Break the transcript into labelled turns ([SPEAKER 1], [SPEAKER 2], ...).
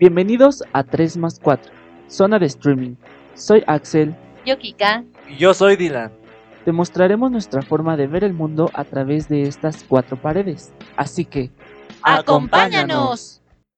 [SPEAKER 1] Bienvenidos a 3 más 4, zona de streaming. Soy Axel.
[SPEAKER 2] Yo Kika.
[SPEAKER 3] Y yo soy Dylan.
[SPEAKER 1] Te mostraremos nuestra forma de ver el mundo a través de estas cuatro paredes. Así que...
[SPEAKER 2] ¡Acompáñanos!